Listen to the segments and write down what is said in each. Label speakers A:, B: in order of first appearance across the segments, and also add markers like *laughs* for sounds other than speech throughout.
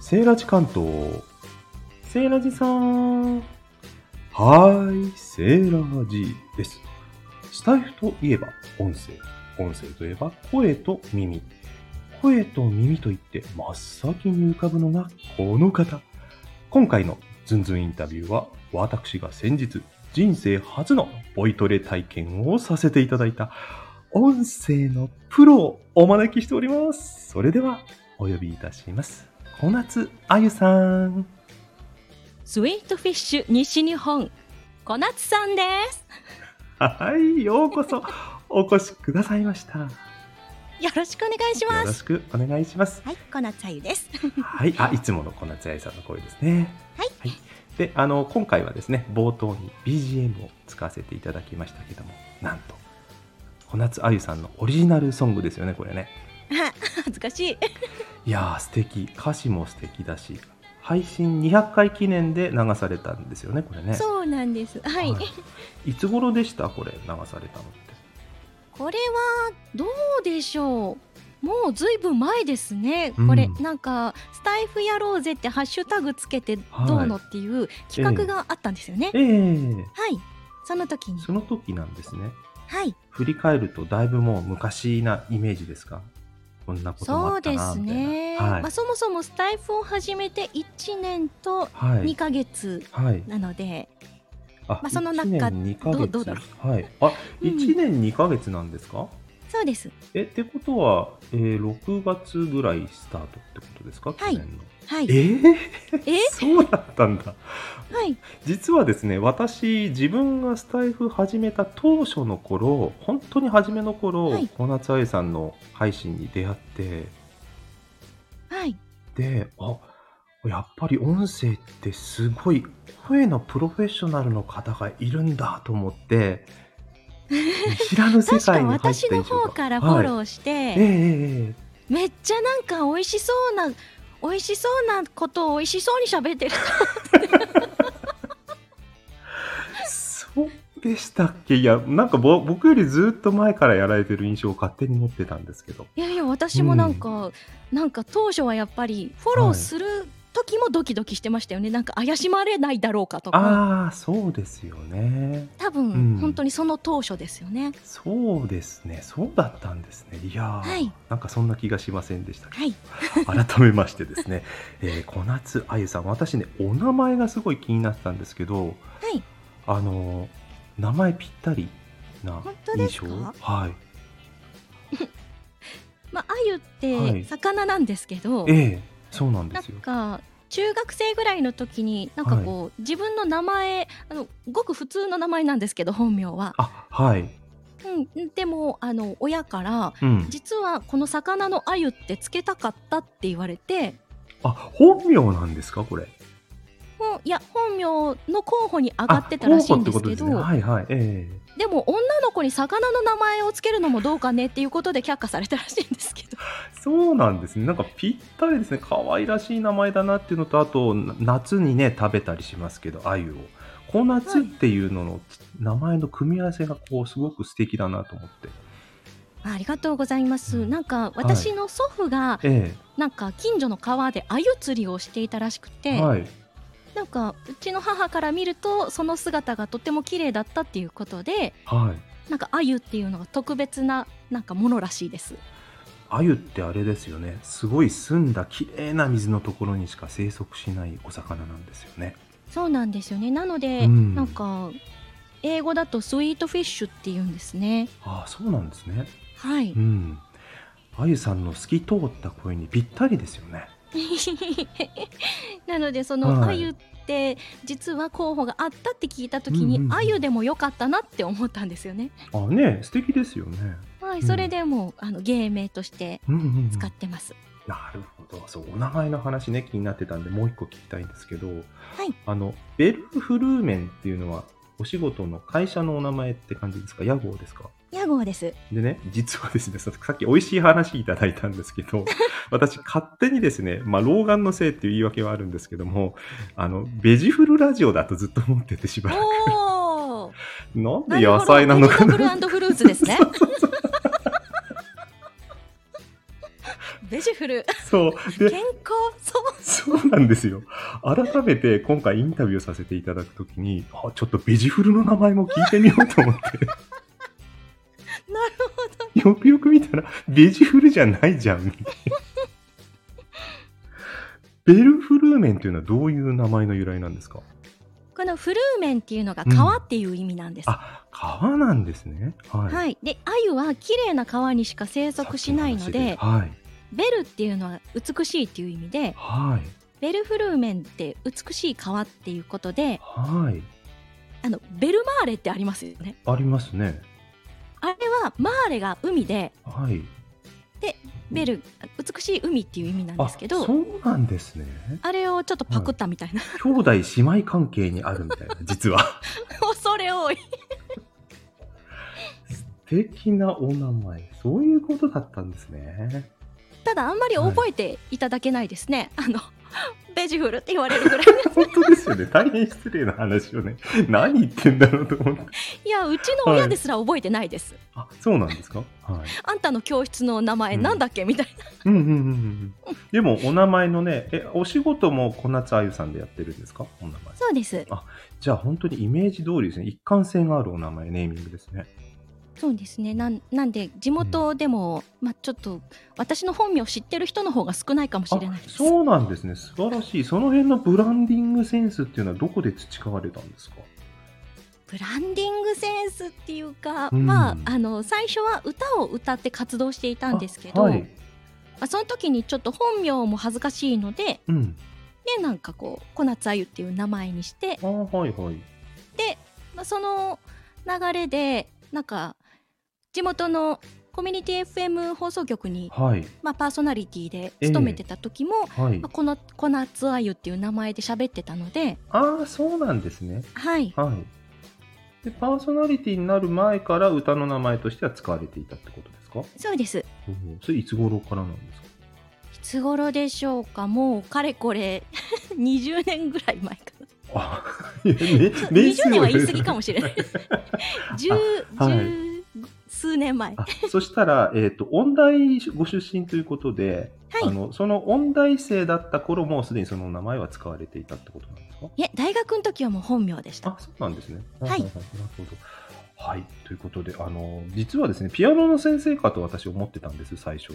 A: セーラジ関東。セーラジさん。はーい、セーラジです。スタイフといえば音声。音声といえば声と耳。声と耳といって真っ先に浮かぶのがこの方。今回のズンズンインタビューは私が先日人生初のボイトレ体験をさせていただいた音声のプロをお招きしております。それではお呼びいたします。小夏あゆさん。
B: スイートフィッシュ西日本小夏さんです
A: はい、ようこそお越しくださいました。よ
B: よろしくお願いしま
A: ろ
B: す
A: しくお願いします。
B: はい小夏さ
A: *laughs*
B: ゆです
A: はい、あ、いつもの小夏あゆさんの声ですね。
B: はい
A: で、あの、今回はですね、冒頭に BGM を使わせていただきましたけども、なんと、小夏あゆさんのオリジナルソングですよね、これね。
B: あ恥ずかしい
A: いやー、素敵。歌詞も素敵だし、配信200回記念で流されたんですよね、これね。
B: *laughs* そうなんですはい、
A: はい、いつ頃でしたこれ、流されたのって。
B: これはどうでしょうもうずいぶん前ですね、
A: うん
B: これなんかスタイフやろうぜってハッシュタグつけてどうのっていう企画があったんですよね、
A: ええ
B: はいその時に
A: その時なんですね。
B: はい
A: 振り返るとだいぶもう昔なイメージですかこんなことも
B: そ
A: あっ
B: う
A: た
B: です
A: なみたいな
B: ね、
A: はい
B: まあ、そもそもスタイフを始めて1年と
A: は
B: 2
A: い
B: ヶ月
A: はい
B: なので、
A: あ
B: まあその中
A: 1年2ヶ月
B: どうどうだろ
A: はいあ
B: うん
A: 1年2ヶ月なんですか、
B: そうです
A: えってことは、えー、6月ぐらいスタートってことですか去
B: はい
A: 年の、
B: はい
A: えー、
B: え
A: そうだったんだ
B: はい
A: 実はですね私自分がスタイフ始めた当初の頃本当に初めの頃、
B: はい
A: 小夏愛さんの配信に出会って
B: はい
A: であやっぱり音声ってすごい声のプロフェッショナルの方がいるんだと思って
B: *laughs*
A: 知らぬ世
B: 確
A: 界
B: か
A: に入った以
B: 私
A: 上
B: の方からフォロ
A: はい
B: ーして、
A: ええええ
B: めっちゃなんか美味しそうな美味しそうなことを美味しそうに喋ってる *laughs*
A: ええそうでしたっけいやなんかぼ僕よりずっと前からやられてる印象を勝手に持ってたんですけど
B: いやいや私もなんか、なんか当初はやっぱりフォローする時もドキドキしてましたよね、なんか怪しまれないだろうかとか
A: ああそうですよね
B: 多
A: うん
B: 分本当にその当初ですよね、
A: そうですねそうだったんですねいやー、
B: はい
A: なんかそんな気がしませんでしたけど
B: はい
A: 改めましてですね、 *laughs* えー小夏あゆさん私ねお名前がすごい気になってたんですけど
B: はい
A: あのー名前ぴったりな
B: 本当で
A: 印
B: す
A: 象
B: か
A: はい
B: まああゆっ
A: はい
B: て魚なんですけど、
A: ええそうなんで
B: なん
A: すよ
B: か中学生ぐらいの時になんかこう、自分の名前あのごく普通の名前なんですけど本名は、
A: あはい
B: うん、でもあの親から
A: うん
B: 実はこの魚の鮎ってつけたかったって言われて
A: あ本名なんですかこれ
B: もういや本名の候補に上がってたらしいんですけ
A: あ候補ってこと
B: ど
A: ねはいはいええ
B: でも女の子に魚の名前をつけるのもどうかねっていうことで却下されたらしいんで
A: *laughs*
B: すけど
A: そうなんですねなんかぴったりですね可愛らしい名前だなっていうのとあとな夏にね食べたりしますけど鮎を小夏っていうのの名前の組み合わせがこうすごく素敵だなと思って
B: あありがとうございます、
A: うん
B: なんか私の祖父が
A: え
B: なんか近所の川で鮎釣りをしていたらしくて、
A: えはい
B: なんかうちの母から見るとその姿がとても綺麗だったっていうことで
A: はい
B: なんかアユっていうのが特別ななんかものらしいです
A: 鮎ってあれですよねすごい澄んだ綺麗な水のところにしか生息しないお魚なんですよね
B: そうなんですよねなので、
A: うん
B: なんか英語だとスイートフィッシュっていうんですね
A: ああそうなんですね
B: はい
A: うん鮎さんの透き通った声にぴったりですよね
B: *laughs* なのでそ
A: は
B: のア
A: い
B: ユって実は候補があったって聞いた時
A: う
B: に、
A: んうんうん
B: アユでもよかったなって思ったんですよね
A: あね素敵ですよね
B: は
A: う
B: い
A: ん
B: それでも、あの芸名として
A: うんうん、うん、
B: 使ってます、
A: なるほど。そう、お名前の話ね、気になってたんで、もう一個聞きたいんですけど、
B: い
A: あの、ベルフルーメンっていうのは、お仕事の会社のお名前って感じですか屋号ですか
B: 屋号です
A: でね、実はですね、ささっき美味しい話いただいたんですけ *laughs* ど、私勝手にですね、まあ、老眼のせいっていう言い訳はあるんですけども、あの、ベジフルラジオだとずっと思っててしばらく、
B: おお
A: なんで野菜なのかな
B: ベジタブルフルーツですね。ベジフ *laughs* ル。
A: そう。
B: 健
A: で、
B: 康そう。
A: そうなんですよ。改めて今回インタビューさせていただくときに、あ、ちょっとベジフルの名前も聞いてみようと思って。
B: なる
A: よくよく見たら、ベジフルじゃないじゃん。みたいなベルフルーメンというのはどういう名前の由来なんですか
B: このフルーメンっていうのが
A: うん
B: 川っていう意味なんです。
A: あ川なんですね。はい。
B: はい、で鮎は綺麗な川にしか生息しないので
A: はい。
B: ベルっていうのは美しいっていう意味で
A: はい。
B: ベルフルーメンって美しい川っていうことで
A: はい。
B: あのベルマーレってありますよね
A: ありますね。
B: あれはマーレが海で
A: はい。
B: ベル美しい海っていう意味なん
A: あ、
B: ですけど
A: そうなんですね。
B: あれをちょっとパクったみたいな、
A: 兄弟姉妹関係にあるみたいな、実は。
B: *laughs* 恐れ多い
A: 素敵なお名前。そういうことだったんですね。
B: ただあんまり覚えていただけないですね、あの *laughs* ベジフルって言われる *laughs* ぐらい
A: 本当ですよね。大変失礼な話をね。何言ってんだろうと思って。
B: いやうちの親ですら覚えてないです、
A: あ、そうなんですかはい。
B: あんたの教室の名前
A: うん
B: なんだっけみたいな
A: うんうんうんうんうん。でも、お名前のね、え、お仕事も小夏あゆさんでやってるんですかお名前。
B: そうです
A: じゃあ、本当にイメージ通りですね。一貫性があるお名前、ネーミングですね。
B: そうですねなんなんで地元でも、まあ、ちょっと私の本名を知ってる人の方が少ないかもしれないです
A: そうなんですね。素晴らしい。その辺のブランディングセンスっていうのはどこで培われたんですか
B: ブランディングセンスっていうか、
A: うん
B: まあ、あの最初は歌を歌って活動していたんですけど
A: あはい。
B: まあ、その時にちょっと本名も恥ずかしいので
A: うん。
B: でなんかこう小夏あゆっていう名前にして
A: あ、はいはい。
B: まあ、その流れでなんか地元のコミュニティ FM 放送局に、
A: はい。
B: まあ、パーソナリティで勤めてた時も、
A: はい
B: まあ、。この「コナツアユ」っていう名前で喋ってたので、
A: ああ、そうなんですね。
B: はい、
A: はい。で、パーソナリティになる前から歌の名前としては使われていたってことですかお
B: そうですい
A: ーそれいつ頃からなんですか
B: つ頃でしょうかもうかれこれ *laughs* 20年ぐらい前かな
A: *laughs* あ、いやね、
B: *laughs* 20年は言い過ぎかもし
A: *laughs*
B: れない十
A: はい
B: 十数年前
A: あそしたら、えっ、と、音大ご出身ということで、
B: はい
A: あの、その音大生だった頃もうすでにその名前は使われていたってことなんですか
B: いえ大学の時はもう本名でした
A: あ、そうなんですね。
B: はい
A: なるほど。はい。ということで、あの、実はですね、ピアノの先生かと私思ってたんです、最初。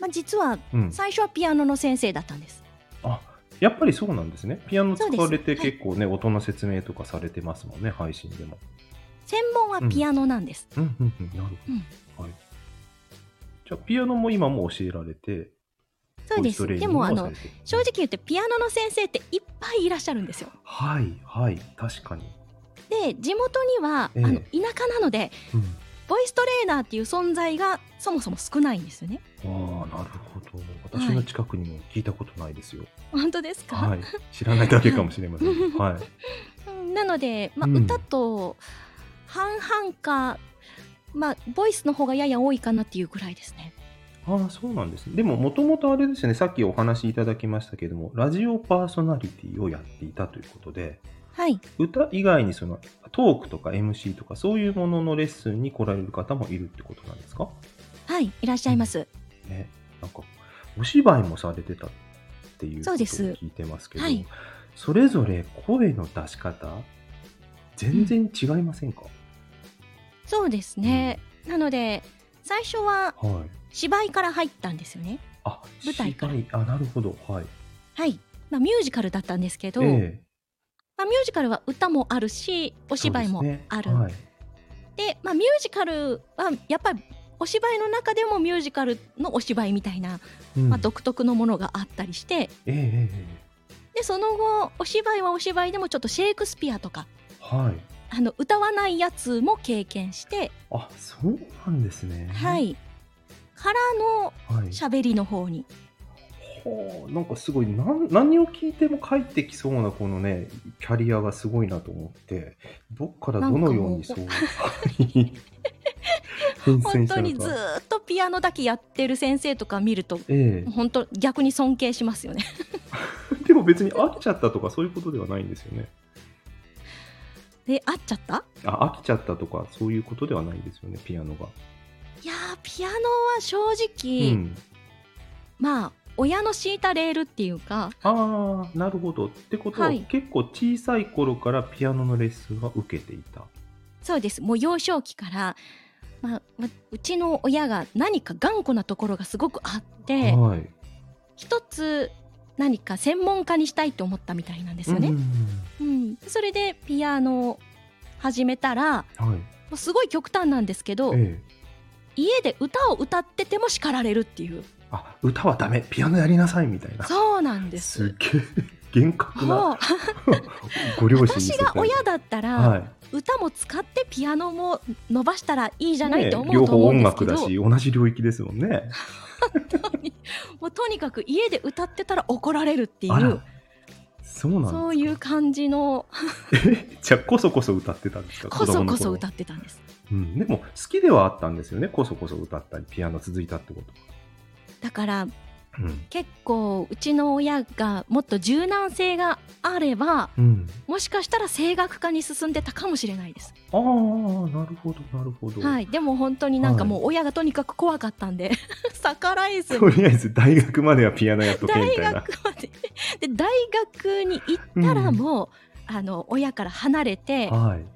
B: まあ、実は
A: うん。
B: 最初はピアノの先生だったんです
A: あ、やっぱりそうなんですね。ピアノ使われ
B: そう
A: て
B: ですはい
A: 結構ね、音の説明とかされてますもんね、配信でも。
B: 専門はピアノなんです、
A: うんうんうん、なるほど。はい。じゃあ、ピアノも今もう教えられて、
B: そ
A: ボ
B: うです
A: イストレーニ
B: で
A: ング
B: もあ
A: さ
B: の
A: れてる
B: 正直言ってピアノの先生っていっぱいいらっしゃるんですよ
A: はい、はい、確かに。
B: で地元には、
A: ええ
B: あの田舎なので
A: うん
B: ボイストレーナーっていう存在がそもそも少ないんですよね
A: ああ、なるほど。私の近くにも聞いたことないですよ。
B: 本当ですか、
A: はい。知らないだけかもしれませ
B: *laughs*
A: ん。はい。
B: うんなので、まあ、
A: うん
B: 歌と半々か、まあ、ボイスの方がやや多いかなっていうぐらいですね
A: ああ、そうなんですね。でも、もともとあれですね、さっきお話しいただきましたけれども、ラジオパーソナリティをやっていたということで、
B: はい
A: 歌以外にそのトークとか MC とかそういうもののレッスンに来られる方もいるってことなんですか
B: はいいらっしゃいます
A: ね。なんか、お芝居もされてたっていうこと
B: そ
A: を
B: うです
A: 聞いてますけど、そ
B: はい
A: れぞれ声の出し方、全然違いませんか、
B: そうですねなので最初は
A: はい。
B: 芝居から入ったんですよね
A: あ、
B: 舞台から
A: 芝居あ、なるほど。はい。
B: はい、まあ、ミュージカルだったんですけど、
A: え
B: まあ、ミュージカルは歌もあるしお
A: お
B: 芝居もあるで,、
A: はい。
B: まあ、ミュージカルはやっぱりお芝居の中でもミュージカルのお芝居みたいな、
A: うん
B: まあ、独特のものがあったりして、
A: えええええ
B: でその後お芝居はお芝居でもちょっとシェイクスピアとか
A: えはい。
B: あの歌わないやつも経験して、
A: あ、そうなんですね。
B: は。いからの
A: はい。
B: 喋りの方に
A: ほうなんかすごい何何を聞いても帰ってきそうなこのねキャリアがすごいなと思ってどっからどのようにそうはい変遷
B: 本
A: した
B: 当に
A: の
B: ず
A: か。
B: ーっとピアノだけやってる先生とか見ると
A: え
B: 本当逆に尊敬しますよね *laughs*
A: え、でも別に飽きちゃったとかそういうことではないんですよね。
B: で会っちゃった
A: あ飽きちゃったとかそういうことではないんですよねピアノが。
B: いやーピアノは正
A: う
B: 直、
A: ん、
B: まあ親の敷いたレールっていうか
A: ああ、なるほど。ってことは、
B: はい
A: 結構小さい頃からピアノのレッスンは受けていた。
B: そうですもう幼少期から、まあ、わうちの親が何か頑固なところがすごくあって
A: はい。
B: 一つ何か専門家にしたいと思ったみたいなんですよね。うんそれでピアノを始めたら
A: うんはい。
B: もうすごい極端なんですけど
A: ええ。
B: 家で歌を歌ってても叱られるっていう
A: あ、歌はダメ、ピアノやりなさいみたいな。
B: そうなんです。
A: すっげえ、厳格な
B: もう
A: *laughs* ご両親に
B: 私
A: 世
B: が
A: 界
B: 親だったら、
A: はい。
B: 歌も使ってピアノも伸ばしたらいいじゃない
A: ね
B: と思
A: 両
B: うと
A: 方
B: 思う
A: 音
B: んですけ
A: 楽
B: ど、
A: だし、同じ領域ですもんね。
B: もうとにかく家で歌ってたら怒られるってい
A: あ
B: う
A: らそうなんですか
B: そういう感じの
A: *laughs* えじゃあこそこそ歌ってたんですか
B: こそこそ、
A: 子供の頃
B: 歌ってたんです
A: うん、でも好きではあったんですよねこそこそ歌ったりピアノ続いたってこと
B: だから
A: は
B: 結構うちの親がもっと柔軟性があれば
A: うん、
B: もしかしたら声楽科に進んでたかもしれないです、
A: うん、ああなるほどなるほど、
B: はい、でも本当になんかもう親がとにかく怖かったんで *laughs* 逆らえず
A: とりあえず大学まではピアノやっとけみ
B: 大
A: たいな
B: 学までで大学に行ったらもう、あの親から離れて
A: はい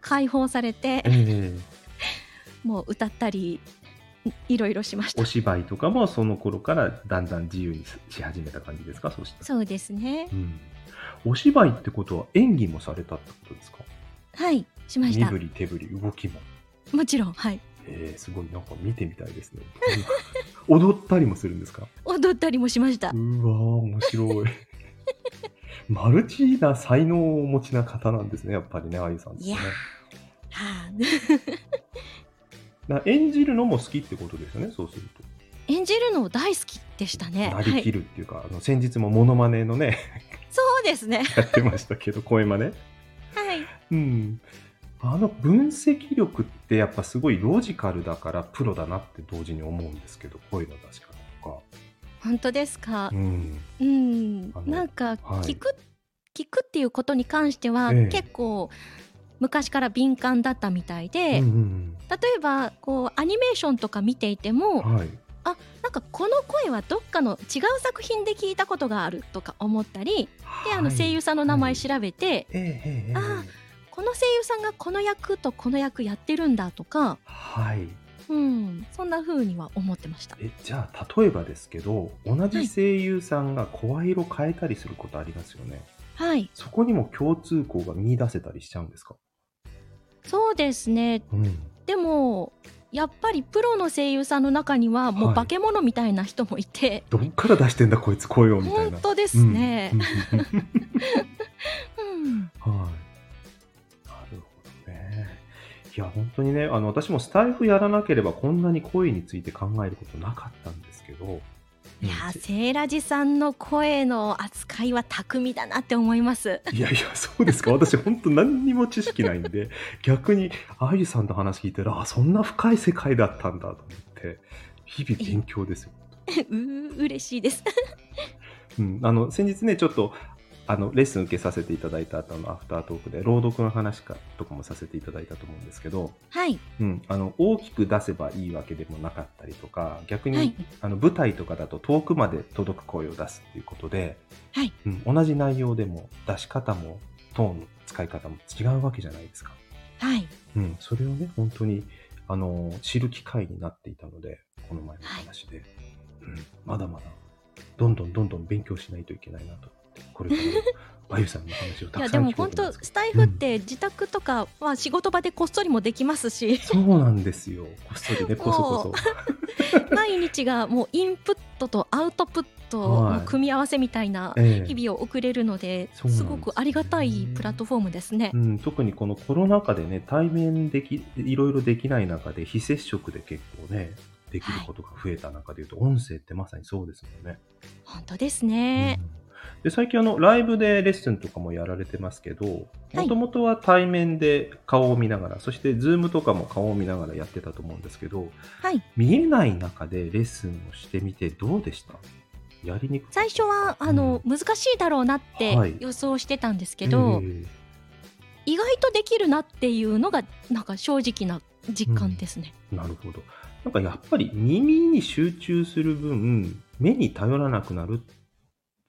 B: 解放されて
A: ええ
B: もう歌ったりいいろいろしました
A: お芝居とかもその頃からだんだん自由にし始めた感じですかそしたら
B: そうですね
A: うん、お芝居ってことは演技もされたってことですか
B: はいしまし
A: 身
B: た
A: 振り手振り動きも
B: もちろんはい
A: えー、すごいなんか見てみたいですね *laughs* 踊ったりもするんですか
B: 踊ったりもしました
A: うわー面白い *laughs* マルチな才能をお持ちな方なんですねやっぱりねあゆさんって
B: い
A: ね
B: やーはあ
A: な演じるのも好きってことですよねそうすると
B: *laughs* 演じるの大好きでしたね
A: な
B: は
A: りき
B: い
A: るっていうか、あの先日もモノマネのね *laughs*
B: そうですね
A: やってましたけど声マネ
B: はい
A: うんあの分析力ってやっぱすごいロジカルだからプロだなって同時に思うんですけど声の出し方と
B: 本当ですか
A: かうん
B: うん
A: あの
B: なんか
A: はい
B: 聞く、聞くっていうことに関しては
A: ええ
B: 結構昔から敏感だったみたいで、
A: うん
B: 例えばこうアニメーションとか見ていても
A: うんはい
B: なんかこの声はどっかの違う作品で聞いたことがあるとか思ったりであの声優さんの名前調べて、
A: ええええええ
B: あこの声優さんがこの役とこの役やってるんだとか、
A: はい
B: うん、そんな風には思ってました
A: えじゃあ例えばですけど同じ声優さんが声色変えたりすることありますよね、
B: はい
A: そこにも共通項が見出せたりしちゃうんですか、
B: そうですね
A: うん、
B: でもやっぱりプロの声優さんの中にはも
A: は
B: う
A: い
B: 化け物みたいな人もいて、
A: どっから出してんだこいつ声をみたいな
B: 本当で
A: です
B: ね、
A: うんうんうんはい。なる
B: うん、
A: ほどね。いや、本当にね、あの、私もスタイフやらなければこんなに声について考えることなかったんですけど。
B: いやーセイラジさんの声の扱いは巧みだなって思います *laughs*
A: いやいや、そうですか。私、本当何にも知識ないんで、逆に、あゆさんの話聞いたら、あ、そんな深い世界だったんだと思って、日々勉強ですよ。
B: うー嬉しいです *laughs*
A: うん、あの、先日ね、ちょっと、あの、レッスン受けさせていただいた後のアフタートークで、朗読の話かとかもさせていただいたと思うんですけど、
B: はい
A: うん、あの大きく出せばいいわけでもなかったりとか逆に、
B: はい
A: あの舞台とかだと遠くまで届く声を出すっていうことで、
B: はい
A: うん、同じ内容でも出し方もトーンの使い方も違うわけじゃないですか、
B: はい
A: うん、それをね本当にあの知る機会になっていたのでこの前の話で、うん、まだまだどんどんどんどん勉強しないといけないなと思ってこれから
B: *laughs*
A: もあゆさんの話を
B: い
A: た
B: や
A: く
B: で
A: さん
B: も
A: 聞こう
B: 本
A: と思いま
B: 当
A: す
B: スタイフって自宅とかは仕事場でこっそりもできますし
A: そうなんですよこっそりねこそこそ
B: も。毎日がもうインプットとアウトプット
A: はい
B: の組み合わせみたいな
A: ええ
B: 日々を送れるので
A: そうなんです
B: す
A: よね
B: ごくありがたいプラットフォームですね
A: う。ん、特にこのコロナ禍でね対面できいろいろできない中で非接触で結構ねできることが増えた中でいうと、音声ってまさにそうですもんね。
B: 本当ですね
A: う。んで最近あのライブでレッスンとかもやられてますけど
B: は
A: も
B: い
A: ともとは対面で顔を見ながらそして Zoom とかも顔を見ながらやってたと思うんですけど
B: はい。
A: 見えない中でレッスンをしてみてどうでしたやりにくかった
B: 最初はあの、難しいだろうなって
A: はい
B: 予想してたんですけど、
A: ええ
B: 意外とできるなっていうのがなんか正直な実感ですね。
A: なるほど。なんかやっぱり耳に集中する分、目に頼らなくなる。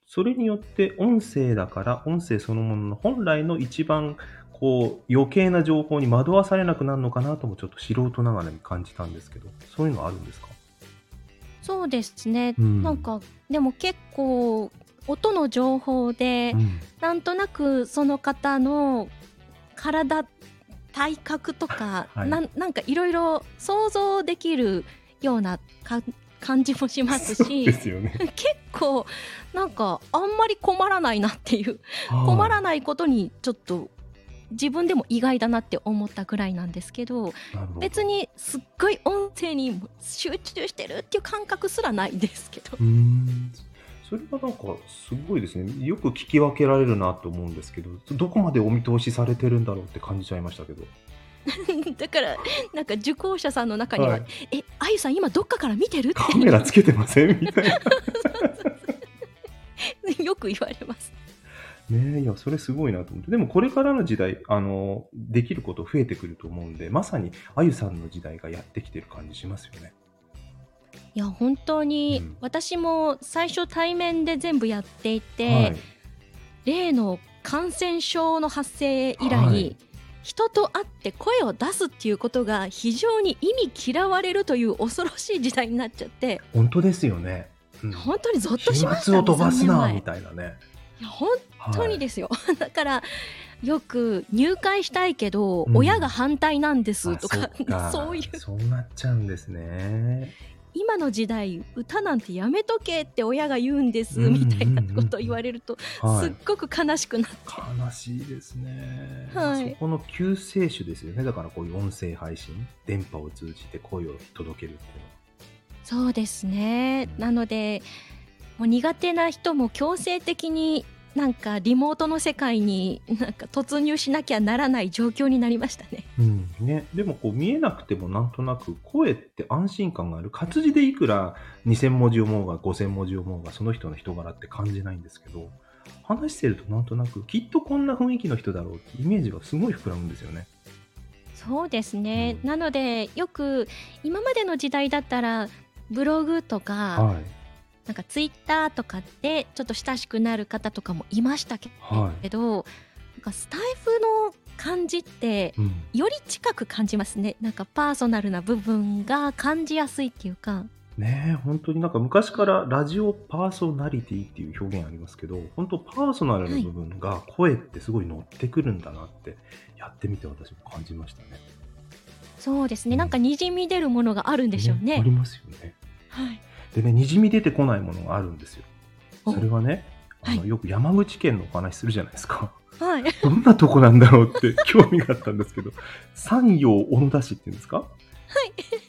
A: それによって音声だから、音声そのものの本来の一番こう余計な情報に惑わされなくなるのかなともちょっと素人ながらに感じたんですけど、そういうのはあるんですか
B: そうですね、
A: うん
B: なんかでも結構音の情報で、
A: うん
B: なんとなくその方の体体格とか、
A: はい
B: なんなんかいろいろ想像できるようなか感じもします
A: そうで
B: し
A: すよね。
B: 結構なんかあんまり困らないなっていう困らないことにちょっと自分でも意外だなって思ったくらいなんですけど
A: なるほど
B: 別にすっごい音声に集中してるっていう感覚すらないんですけど *laughs*
A: うーんそれはなんかすごいですね。よく聞き分けられるなと思うんですけど、どこまでお見通しされてるんだろうって感じちゃいましたけど。
B: だからなんか受講者さんの中には
A: はい、
B: 「えあゆさん今どっかから見てる?」
A: カメラつけてませんみたいな。 *laughs*
B: って *laughs* よく言われます。
A: ねえ、いや、それすごいなと思って。でもこれからの時代、あの、できること増えてくると思うんで、まさにあゆさんの時代がやってきてる感じしますよね。
B: いや本当に、
A: うん
B: 私も最初対面で全部やっていて、
A: はい。
B: 例の感染症の発生以来、
A: はい
B: 人と会って声を出すっていうことが非常に意味嫌われるという恐ろしい時代になっちゃって
A: 本当ですよね。うん、
B: 本当にゾッと
A: 飛
B: しま
A: 沫
B: したね
A: を飛ばす
B: 3年
A: な、
B: 前
A: みたいなね。
B: いや本
A: はい
B: 当にですよ、 *laughs* だからよく入会したいけど、
A: うん
B: 親が反対なんですとか
A: あそっか
B: *laughs* そういう
A: そうなっちゃうんです
B: *laughs*
A: ね。
B: 今の時代歌なんてやめとけって親が言うんです
A: うんうんうん
B: みたいなことを言われると
A: は
B: す
A: い
B: っ。ごく悲しくなって、
A: 悲しいですね、
B: はい
A: そこの救世主ですよねだからこういう音声配信電波を通じて声を届けるっていうのは
B: そうですねなのでもう苦手な人も強制的になんかリモートの世界になんか突入しなきゃならない状況になりましたね。
A: うんね、でもこう見えなくてもなんとなく声って安心感がある活字でいくら2,000文字思うが5,000文字思うがその人の人柄って感じないんですけど話してるとなんとなくきっとこんな雰囲気の人だろうってイメージがすごい膨らむんですよね。
B: そうですね、
A: うん
B: なのでよく今までの時代だったらブログとか、
A: はい、
B: なんかツイッターとかでちょっと親しくなる方とかもいましたけ
A: は
B: ど、なんかスタイフの感じって
A: うん
B: より近く感じますねなんかパーソナルな部分が感じやすいっていうか
A: ねえ本当になんか昔からラジオパーソナリティっていう表現ありますけど本当パーソナルの部分が声ってすごい乗ってくるんだなってやってみて私も感じましたね。
B: そうです
A: う
B: ね
A: ん
B: なんかにじみ出るものがあるんでしょうね
A: ありますよね。
B: はい、
A: でねにじみ出てこないものがあるんですよ。
B: お
A: それはねあの、
B: は
A: よく山口県のお話するじゃないですか。 *laughs*
B: はい、 *laughs*
A: どんなとこなんだろうって *laughs* 興味があったんですけど山陽小野田市っていうんですか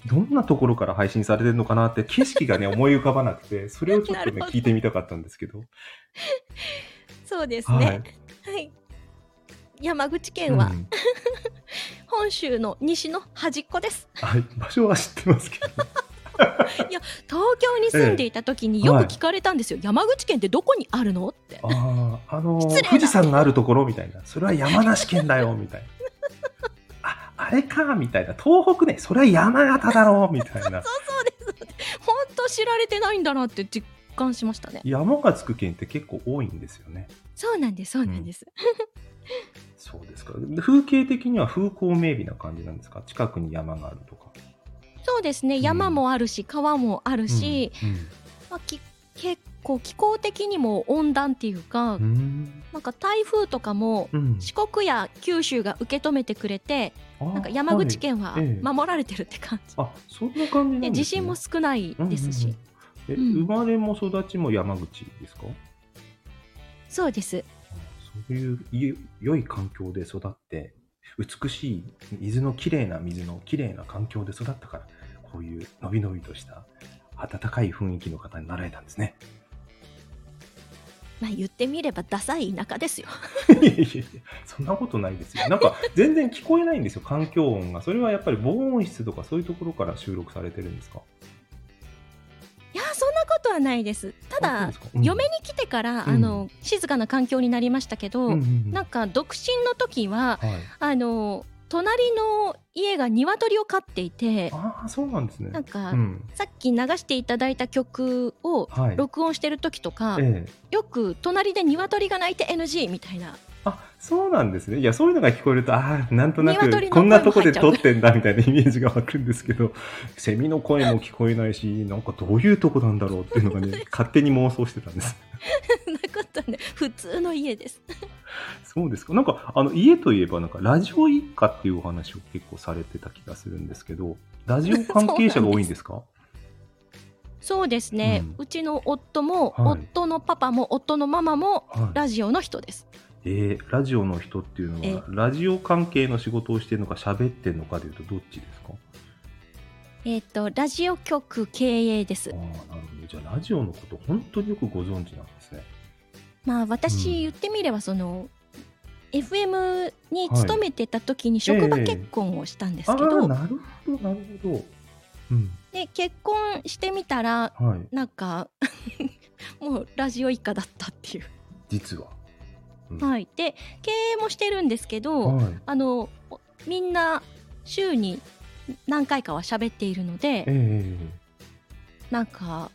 A: どんなところから配信されてるのかなって景色が
B: *laughs*
A: ね思い浮かばなくてそれをちょっと
B: なる
A: ね
B: ほど
A: 聞いてみたかったんですけど
B: そうです
A: はい
B: ねはい、山口県は
A: うん
B: 本州の西の端っこです、
A: はい、場所は知ってますけど
B: *laughs* 東京に住んでいた時によく聞かれたんですよ、山口県ってどこにあるのって
A: あああの
B: 失礼な
A: 富士山があるところみたいなそれは山梨県だよみたいな
B: *laughs*
A: ああれかみたいな東北ねそれは山形だろうみたいな
B: 本当知られてないんだなって実感しましたね
A: 山がつく県って結構多いんですよね
B: そうなんですそうなんです、
A: そうですか。で風景的には風光明媚な感じなんですか近くに山があるとか。
B: そうですね
A: ん
B: 山もあるし川もあるし、
A: う
B: まあ、き結構気候的にも温暖っていうか、
A: ん、うん。
B: なんか台風とかも
A: うん
B: 四国や九州が受け止めてくれて、なんか山口、県は
A: はいええ
B: 守られてるって感じ、
A: あはいあ、そんな感じなんです、ね、
B: で地震も少ないですし、
A: うんうんうん。え、
B: うん
A: 生まれも育ちも山口ですか、
B: そうです
A: あそういうい良い環境で育って、美しい水のきれいな水のきれいな環境で育ったから、こういうのびのびとした温かい雰囲気の方になられたんですね。
B: まあ言ってみればダサい田舎ですよ
A: いやいやいやそんなことないですよ。なんか全然聞こえないんですよ、環境音が。それはやっぱり防音室とかそういうところから収録されてるんですか
B: いやそんなことはないですた
A: あそう
B: だ
A: ですかうん
B: 嫁に来てから、
A: うん
B: あの静かな環境になりましたけど、
A: うんうんうん
B: なんか独身の時は
A: はい
B: あの隣の家が鶏を飼っていて
A: ああ、そうなんですね。
B: なんか
A: うん。
B: さっき流していただいた曲を
A: はい。
B: 録音してる時とか、
A: ええ。
B: よく隣で鶏が鳴いて NG みたいな *laughs*
A: あ、そうなんですね。いや、そういうのが聞こえると、ああ、なんとな
B: 鶏
A: く、
B: の
A: こんなとこで
B: 声も
A: 撮
B: 入
A: って
B: っち
A: んだみたいなイメージが湧くんですけど、セミの声も聞こえないし、なんかどういうとこなんだろうっていうのが
B: *laughs*
A: ね、勝手に妄想してたんです。
B: そんなことね普通の家です
A: そうですか。なんか、あの、家といえば、なんか、ラジオ一家っていうお話を結構されてた気がするんですけど、ラジオ関係者が多いんです
B: *laughs*
A: か
B: そうですね、
A: うん
B: うちの夫も、
A: はい
B: 夫のパパも夫のママも
A: はい。
B: ラジオの人です
A: えーラジオの人っていうのは、ラジオ関係の仕事をしてるのか、喋ってるのかでいうと、どっちですか
B: えっ、とラジオ局経営です
A: ああ、なるほど。じゃあ、ラジオのこと、本当によくご存知なんですね。
B: まあ私、
A: うん
B: 言ってみればその FM に
A: はい
B: 勤めてた時に職場結婚をしたんです
A: ああ
B: けど、
A: ー、なるほど、なるほど。うん。
B: で結婚してみたら
A: はい。
B: なんか *laughs* もうラジオ一家だったっていう。
A: 実は。うん
B: はい、で経営もしてるんですけど、
A: はい。
B: あのおみんな週に何回かは喋っているので
A: え
B: なんか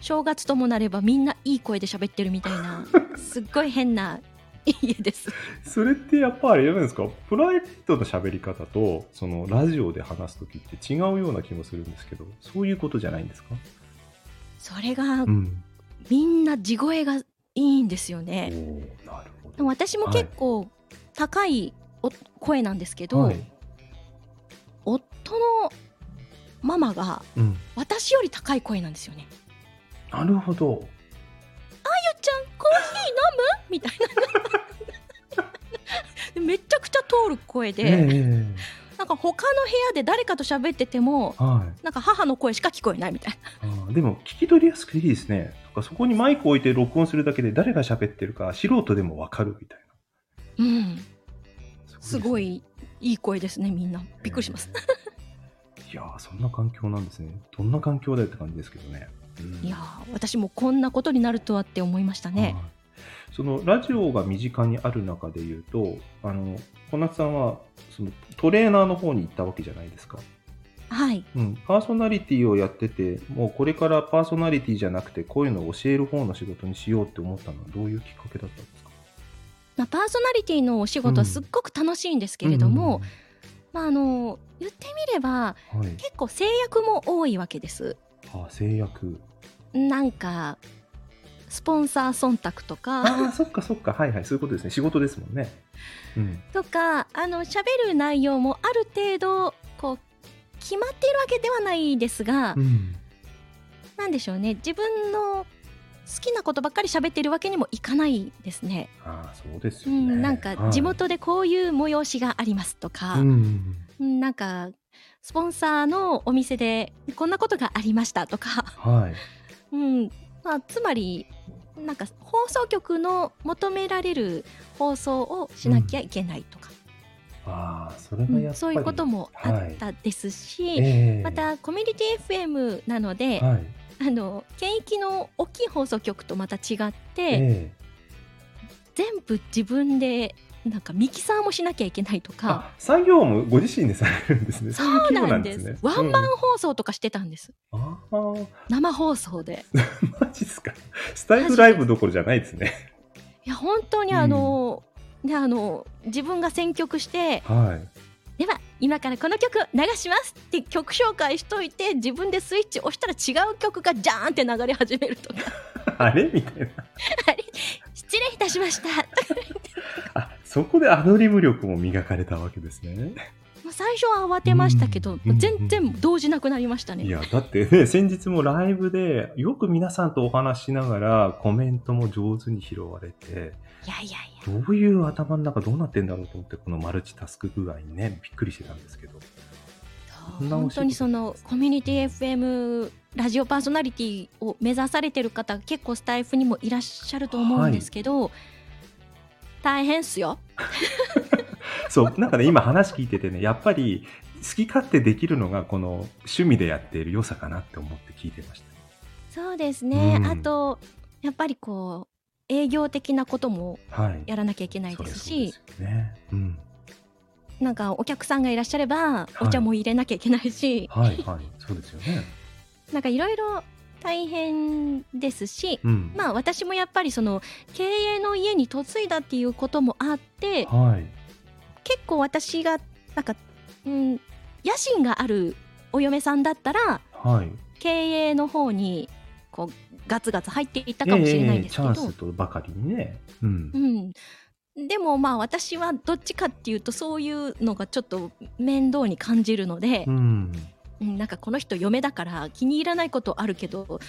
B: 正月ともなればみんないい声で喋ってるみたい
A: *laughs*
B: なすっごい変な家です。
A: えそれってやっぱあれじゃないですかプライベートの喋り方とそのラジオで話す時って違うような気もするんですけどそういうことじゃないんですか、
B: それが
A: ん、
B: みんな地声がいいんですよ
A: おお
B: ね。
A: なるほ
B: でも私も結構高いお声なんですけど、
A: はい
B: 夫のママが
A: うん、
B: 私より高い声なんですよね。
A: なるほど
B: ゆっちゃんコーヒー飲むみたいなめちゃくちゃ通る声で、
A: え
B: なんか他の部屋で誰かと喋ってても
A: えはい
B: なんか母の声しか聞こえないみたいな
A: あーでも聞き取りやすくていいですねとかそこにマイク置いて録音するだけで誰が喋ってるか素人でもわかるみたいな
B: うん
A: すごいです
B: す
A: ね
B: ごいいい声ですねみんなびっくりします、
A: えー。いやー、そんな環境なんですね。どんな環境だよって感じですけどね。うん
B: いやー私もこんなことになるとはって思いましたね、
A: はいそのラジオが身近にある中で言うと、あの小夏さんはそのトレーナーの方に行ったわけじゃないですか。
B: はい
A: うん、パーソナリティをやってて、もうこれからパーソナリティじゃなくて、こういうのを教える方の仕事にしようって思ったのはどういうきっかけだったんですか
B: まあ、パーソナリティのお仕事はすっごく楽しいんですけれども、、まああの言ってみれば
A: うんはい、
B: 結構制約も多いわけです
A: あ制約。
B: なんかスポンサー忖度とか
A: ああ、そっかそっか、はいはい、そういうことですね。仕事ですもんね。うん、
B: とかあの喋る内容もある程度こう決まっているわけではないですが、
A: ん、
B: なんでしょうね自分の好きなことばっかり喋ってるわけにもいかないですね。
A: ああ、そうです
B: う
A: よね。
B: ん、なん
A: は
B: か
A: い
B: 地元でこういう催しがありますとか、
A: うん
B: うんなんかスポンサーのお店でこんなことがありました
A: *laughs*
B: とか、
A: はい。
B: うんまあ、つまりなんか放送局の求められる放送をしなきゃいけないとか、
A: ああ、それ
B: う
A: がや
B: ん
A: っぱり、
B: そういうこともあったですし、
A: ええ
B: ま、たコミュニティ FM なので、
A: はい。
B: あの県域の大きい放送局とまた違って、
A: ええ
B: 全部自分でなんかミキサーもしなきゃいけないとか。
A: あ、作業もご自身でされるんですね。
B: そ
A: いう規模
B: なんです
A: ね
B: ワンマン放送とかしてたんです、
A: うんああ、
B: 生放送で
A: マジっすか。スタイフライブどころじゃないですね。
B: いや本当にあの、ねあの自分が選曲して
A: はい。
B: では今からこの曲流しますって曲紹介しといて自分でスイッチ押したら違う曲がジャーンって流れ始めると
A: *laughs*
B: か
A: あれみたいな。
B: あれ失礼いたしました
A: あ、そこでアドリブ力も磨かれたわけですね。
B: まあ最初は慌てましたけ
A: うん
B: ど、
A: うん
B: 全然動じなくなりましたね。
A: いや、だってね、先日もライブで、よく皆さんとお話しながら、コメントも上手に拾われて、
B: いやいやいや
A: どういう頭の中どうなってんだろうと思って、このマルチタスク具合にね、びっくりしてたんですけど。そんなお仕事
B: 本当にそのコミュニティ FM ラジオパーソナリティを目指されてる方結構スタイフにもいらっしゃると思うんですけど、大変っすよ。
A: そう、なんかね、今話聞いててね、やっぱり好き勝手できるのが、この趣味でやっている良さかなって思って聞いてました。
B: そうですね、
A: うん
B: あとやっぱりこう営業的なことも
A: はい。
B: やらなきゃいけないですし
A: そりゃそうですよね。うん。
B: なんかお客さんがいらっしゃれば
A: はい
B: お茶も入れなきゃいけないし、
A: はい
B: *laughs*
A: はい。そうですよね。
B: なんかいろいろ大変ですし、
A: うん。
B: まあ私もやっぱりその経営の家に嫁いだっていうこともあって
A: はい。
B: 結構私がなんか、うん、野心があるお嫁さんだったら
A: はい。
B: 経営の方にこうガツガツ入っていったかもしれないんですけ
A: え
B: ど、
A: えええチャンスとばかりにね。うん。
B: うん、でもまあ私はどっちかっていうとそういうのがちょっと面倒に感じるので
A: う、ん。
B: うんなんかこの人嫁だから気に入らないことあるけど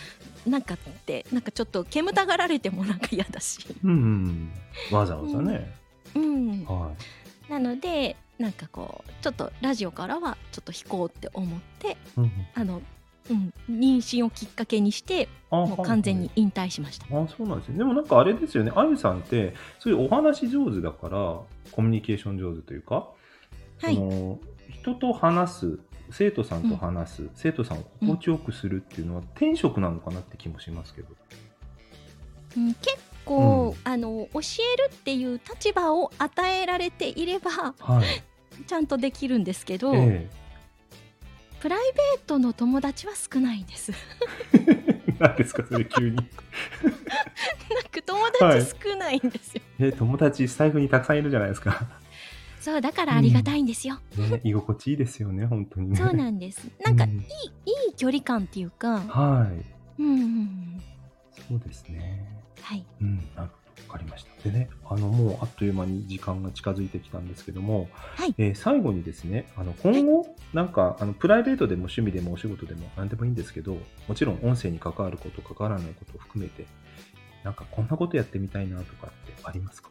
B: なんかってなんかちょっと煙たがられてもなんか嫌だし、
A: うんうん。わざわざね。
B: うん、
A: はい。
B: なのでなんかこうちょっとラジオからはちょっと引こうって思って
A: うん
B: あの、うん、妊娠をきっかけにして
A: あ
B: もう完全に。引退しました。
A: あそうなんですね。でもなんかあれですよね。あゆさんって、そういうお話上手だから、コミュニケーション上手というか、
B: はい
A: その人と話す、生徒さんと話す、生徒さんを心地よくするっていうのは、天職なのかなって気もしますけど。
B: うん、結構、あの教えるっていう立場を与えられていれば
A: はい。
B: ちゃんとできるんですけど、
A: え
B: プライベートの友達は少ないんです。 *laughs*
A: え。 *laughs* 何ですか、それ *laughs* 急に。
B: なんか友達少ないんですよ。
A: え、友達、スタイフにたくさんいるじゃないですか。
B: そうだからありがたいんですよ。
A: *laughs* ね、居心地いいですよね、本当にね。
B: そうなんです。なんか
A: う
B: い
A: ん
B: いいい距離感っていうか、
A: はい。
B: うんうんうん、
A: そうですね。
B: はい、
A: うん、なるほど。わかりました。でね、あの、もうあっという間に時間が近づいてきたんですけども、
B: はい
A: えー最後にですね、あの、今後、なんか、あの、プライベートでも趣味でもお仕事でも何でもいいんですけど、もちろん音声に関わること、関わらないことを含めて、なんかこんなことやってみたいなとかってありますか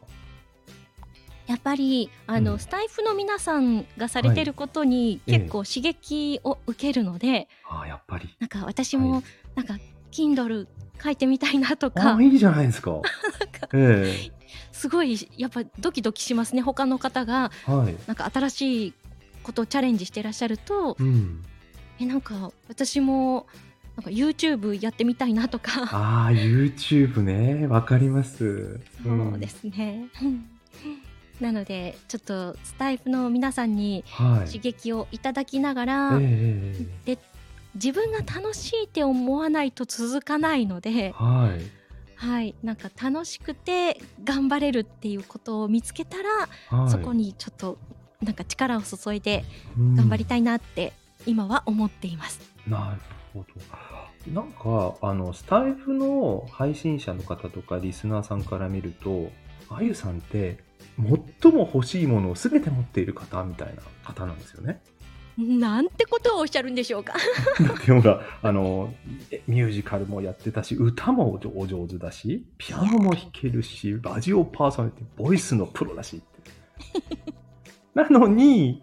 B: やっぱりあの、
A: うん
B: スタイフの皆さんがされてることに
A: はい
B: 結構刺激を受けるので、
A: ああ、やっぱり。
B: なんか私
A: は
B: も
A: い
B: なんか Kindle 書いてみたいなと
A: あ
B: か
A: あ、、いいじゃないです
B: *laughs*
A: か。え
B: すごいやっぱドキドキしますね。他の方が
A: えはい。
B: なんか新しいことをチャレンジしてらっしゃると、
A: うん。
B: えなんか私もなんか YouTube やってみたいなと *laughs* か、
A: ああ、YouTube ね。わかります。。
B: そうですすね。 *laughs* なのでちょっとスタイフの皆さんに
A: はい。
B: 刺激をいただきながら、
A: えええええ
B: で自分が楽しいって思わないと続かないの
A: え
B: で、
A: はい。
B: はい、なんか楽しくて頑張れるっていうことを見つけたら、
A: はい、
B: そこにちょっとなんか力を注いで
A: 頑
B: 頑張りたいなって今は思っています。
A: なるほど。なんか、あの、スタイフの配信者の方とかリスナーさんから見ると、あゆさんって、最も欲しいものを全て持っている方みたいな方なんですよね。
B: なんてことをおっしゃるんでしょうか。 *laughs*
A: だってほら、あの、えミュージカルもやってたし、歌もお上手だし、ピアノも弾けるし、ラジオパーソナリティ、ボイスのプロだしって。なのに、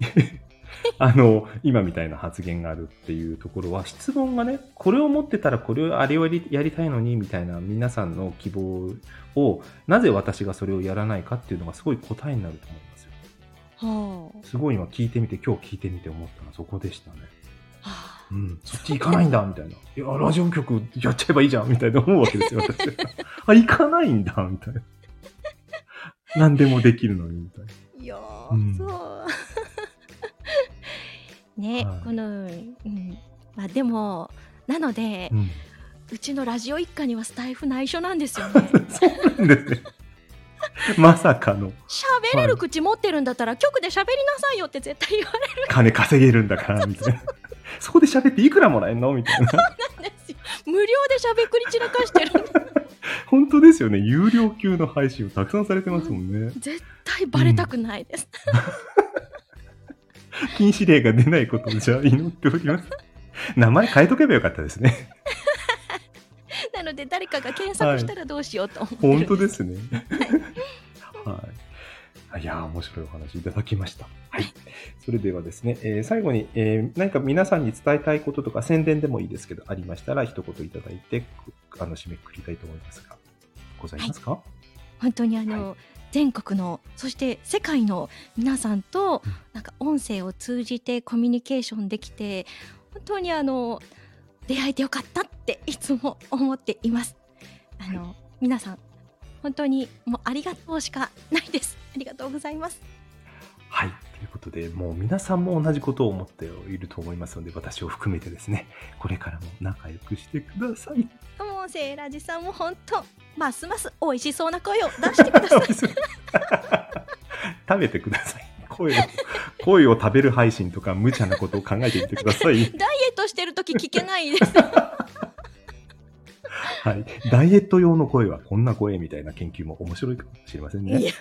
A: *laughs* あの、今みたいな発言があるっていうところは、質問がね、これを持ってたらこれをあれをやりやりたいのに、みたいな皆さんの希望を、なぜ私がそれをやらないかっていうのがすごい答えになると思いますよ。
B: は
A: すごい今聞いてみて、今日聞いてみて思ったのはそこでしたね。
B: あ、はあ
A: うん、そっち行かないんだみたいな。いや、ラジオ局やっちゃえばいいじゃんみたいな思うわけですよ、私。あ、行かないんだみたいな。何でもできるのにみたい
B: いやー、
A: うん
B: そう。 *laughs* ね、
A: はい
B: この、うん、まあでもなので、
A: な。うん。
B: うちのラジオ一家にはスタイフ内緒なんです
A: *laughs*
B: よね。
A: そうなんですね。まさかの
B: 喋れる口持ってるんだったら、局で喋りなさいよって絶対言われ
A: 金稼げるんだからみたいな。そこで喋っていくらもらえんのみたいな。
B: るんですよ。無料で喋くり散らかしてるんで
A: 本当ですよね。有料級の配信をたくさんされてますもんね。
B: 絶対バレたくない
A: *laughs*
B: です。
A: 禁止令が出ないことをじゃあ祈っております。名前変えとけばよかったですね。
B: なので誰かが検索したらどうしようと思ってるん
A: 本
B: で
A: 当です *laughs* ね。はい。いやー、面白いお話いただきました。はい。それではですね、えー最後に、えー何か皆さんに伝えたいこととか宣伝でもいいですけど、ありましたら一言いただいて、くあの、締めくくりたいと思いますが、ございますか、
B: 本当にあの、全国のそして世界の皆さんと
A: うん
B: なんか音声を通じてコミュニケーションできて本当にあの出会えてよかったっていつも思っていますあの、皆さん本当にもうありがとうしかないですありがとうございます
A: はい。いうことで、もう皆さんも同じことを思っていると思いますので、私を含めてですね、これからも仲良くしてください。
B: もうセーラージさんも本当ますます美味しそうな声を出してください
A: *laughs* 食べてください。声を、声を食べる配信とか、無茶なことを考えてみてください。 *laughs*
B: ダイエットしてる時聞けないです
A: はい。ダイエット用の声はこんな声みたいな研究も面白いかもしれませんね。
B: いや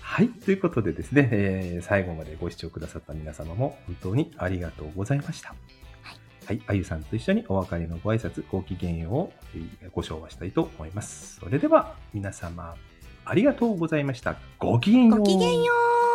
A: はい。ということでですね、えー最後までご視聴くださった皆様も本当にありがとうございました。はい。あゆさんと一緒にお別れのご挨拶、ご機嫌ようをえーご唱和したいと思います。それでは、皆様、ありがとうございました。ごきげんよう。
B: ごきげんよう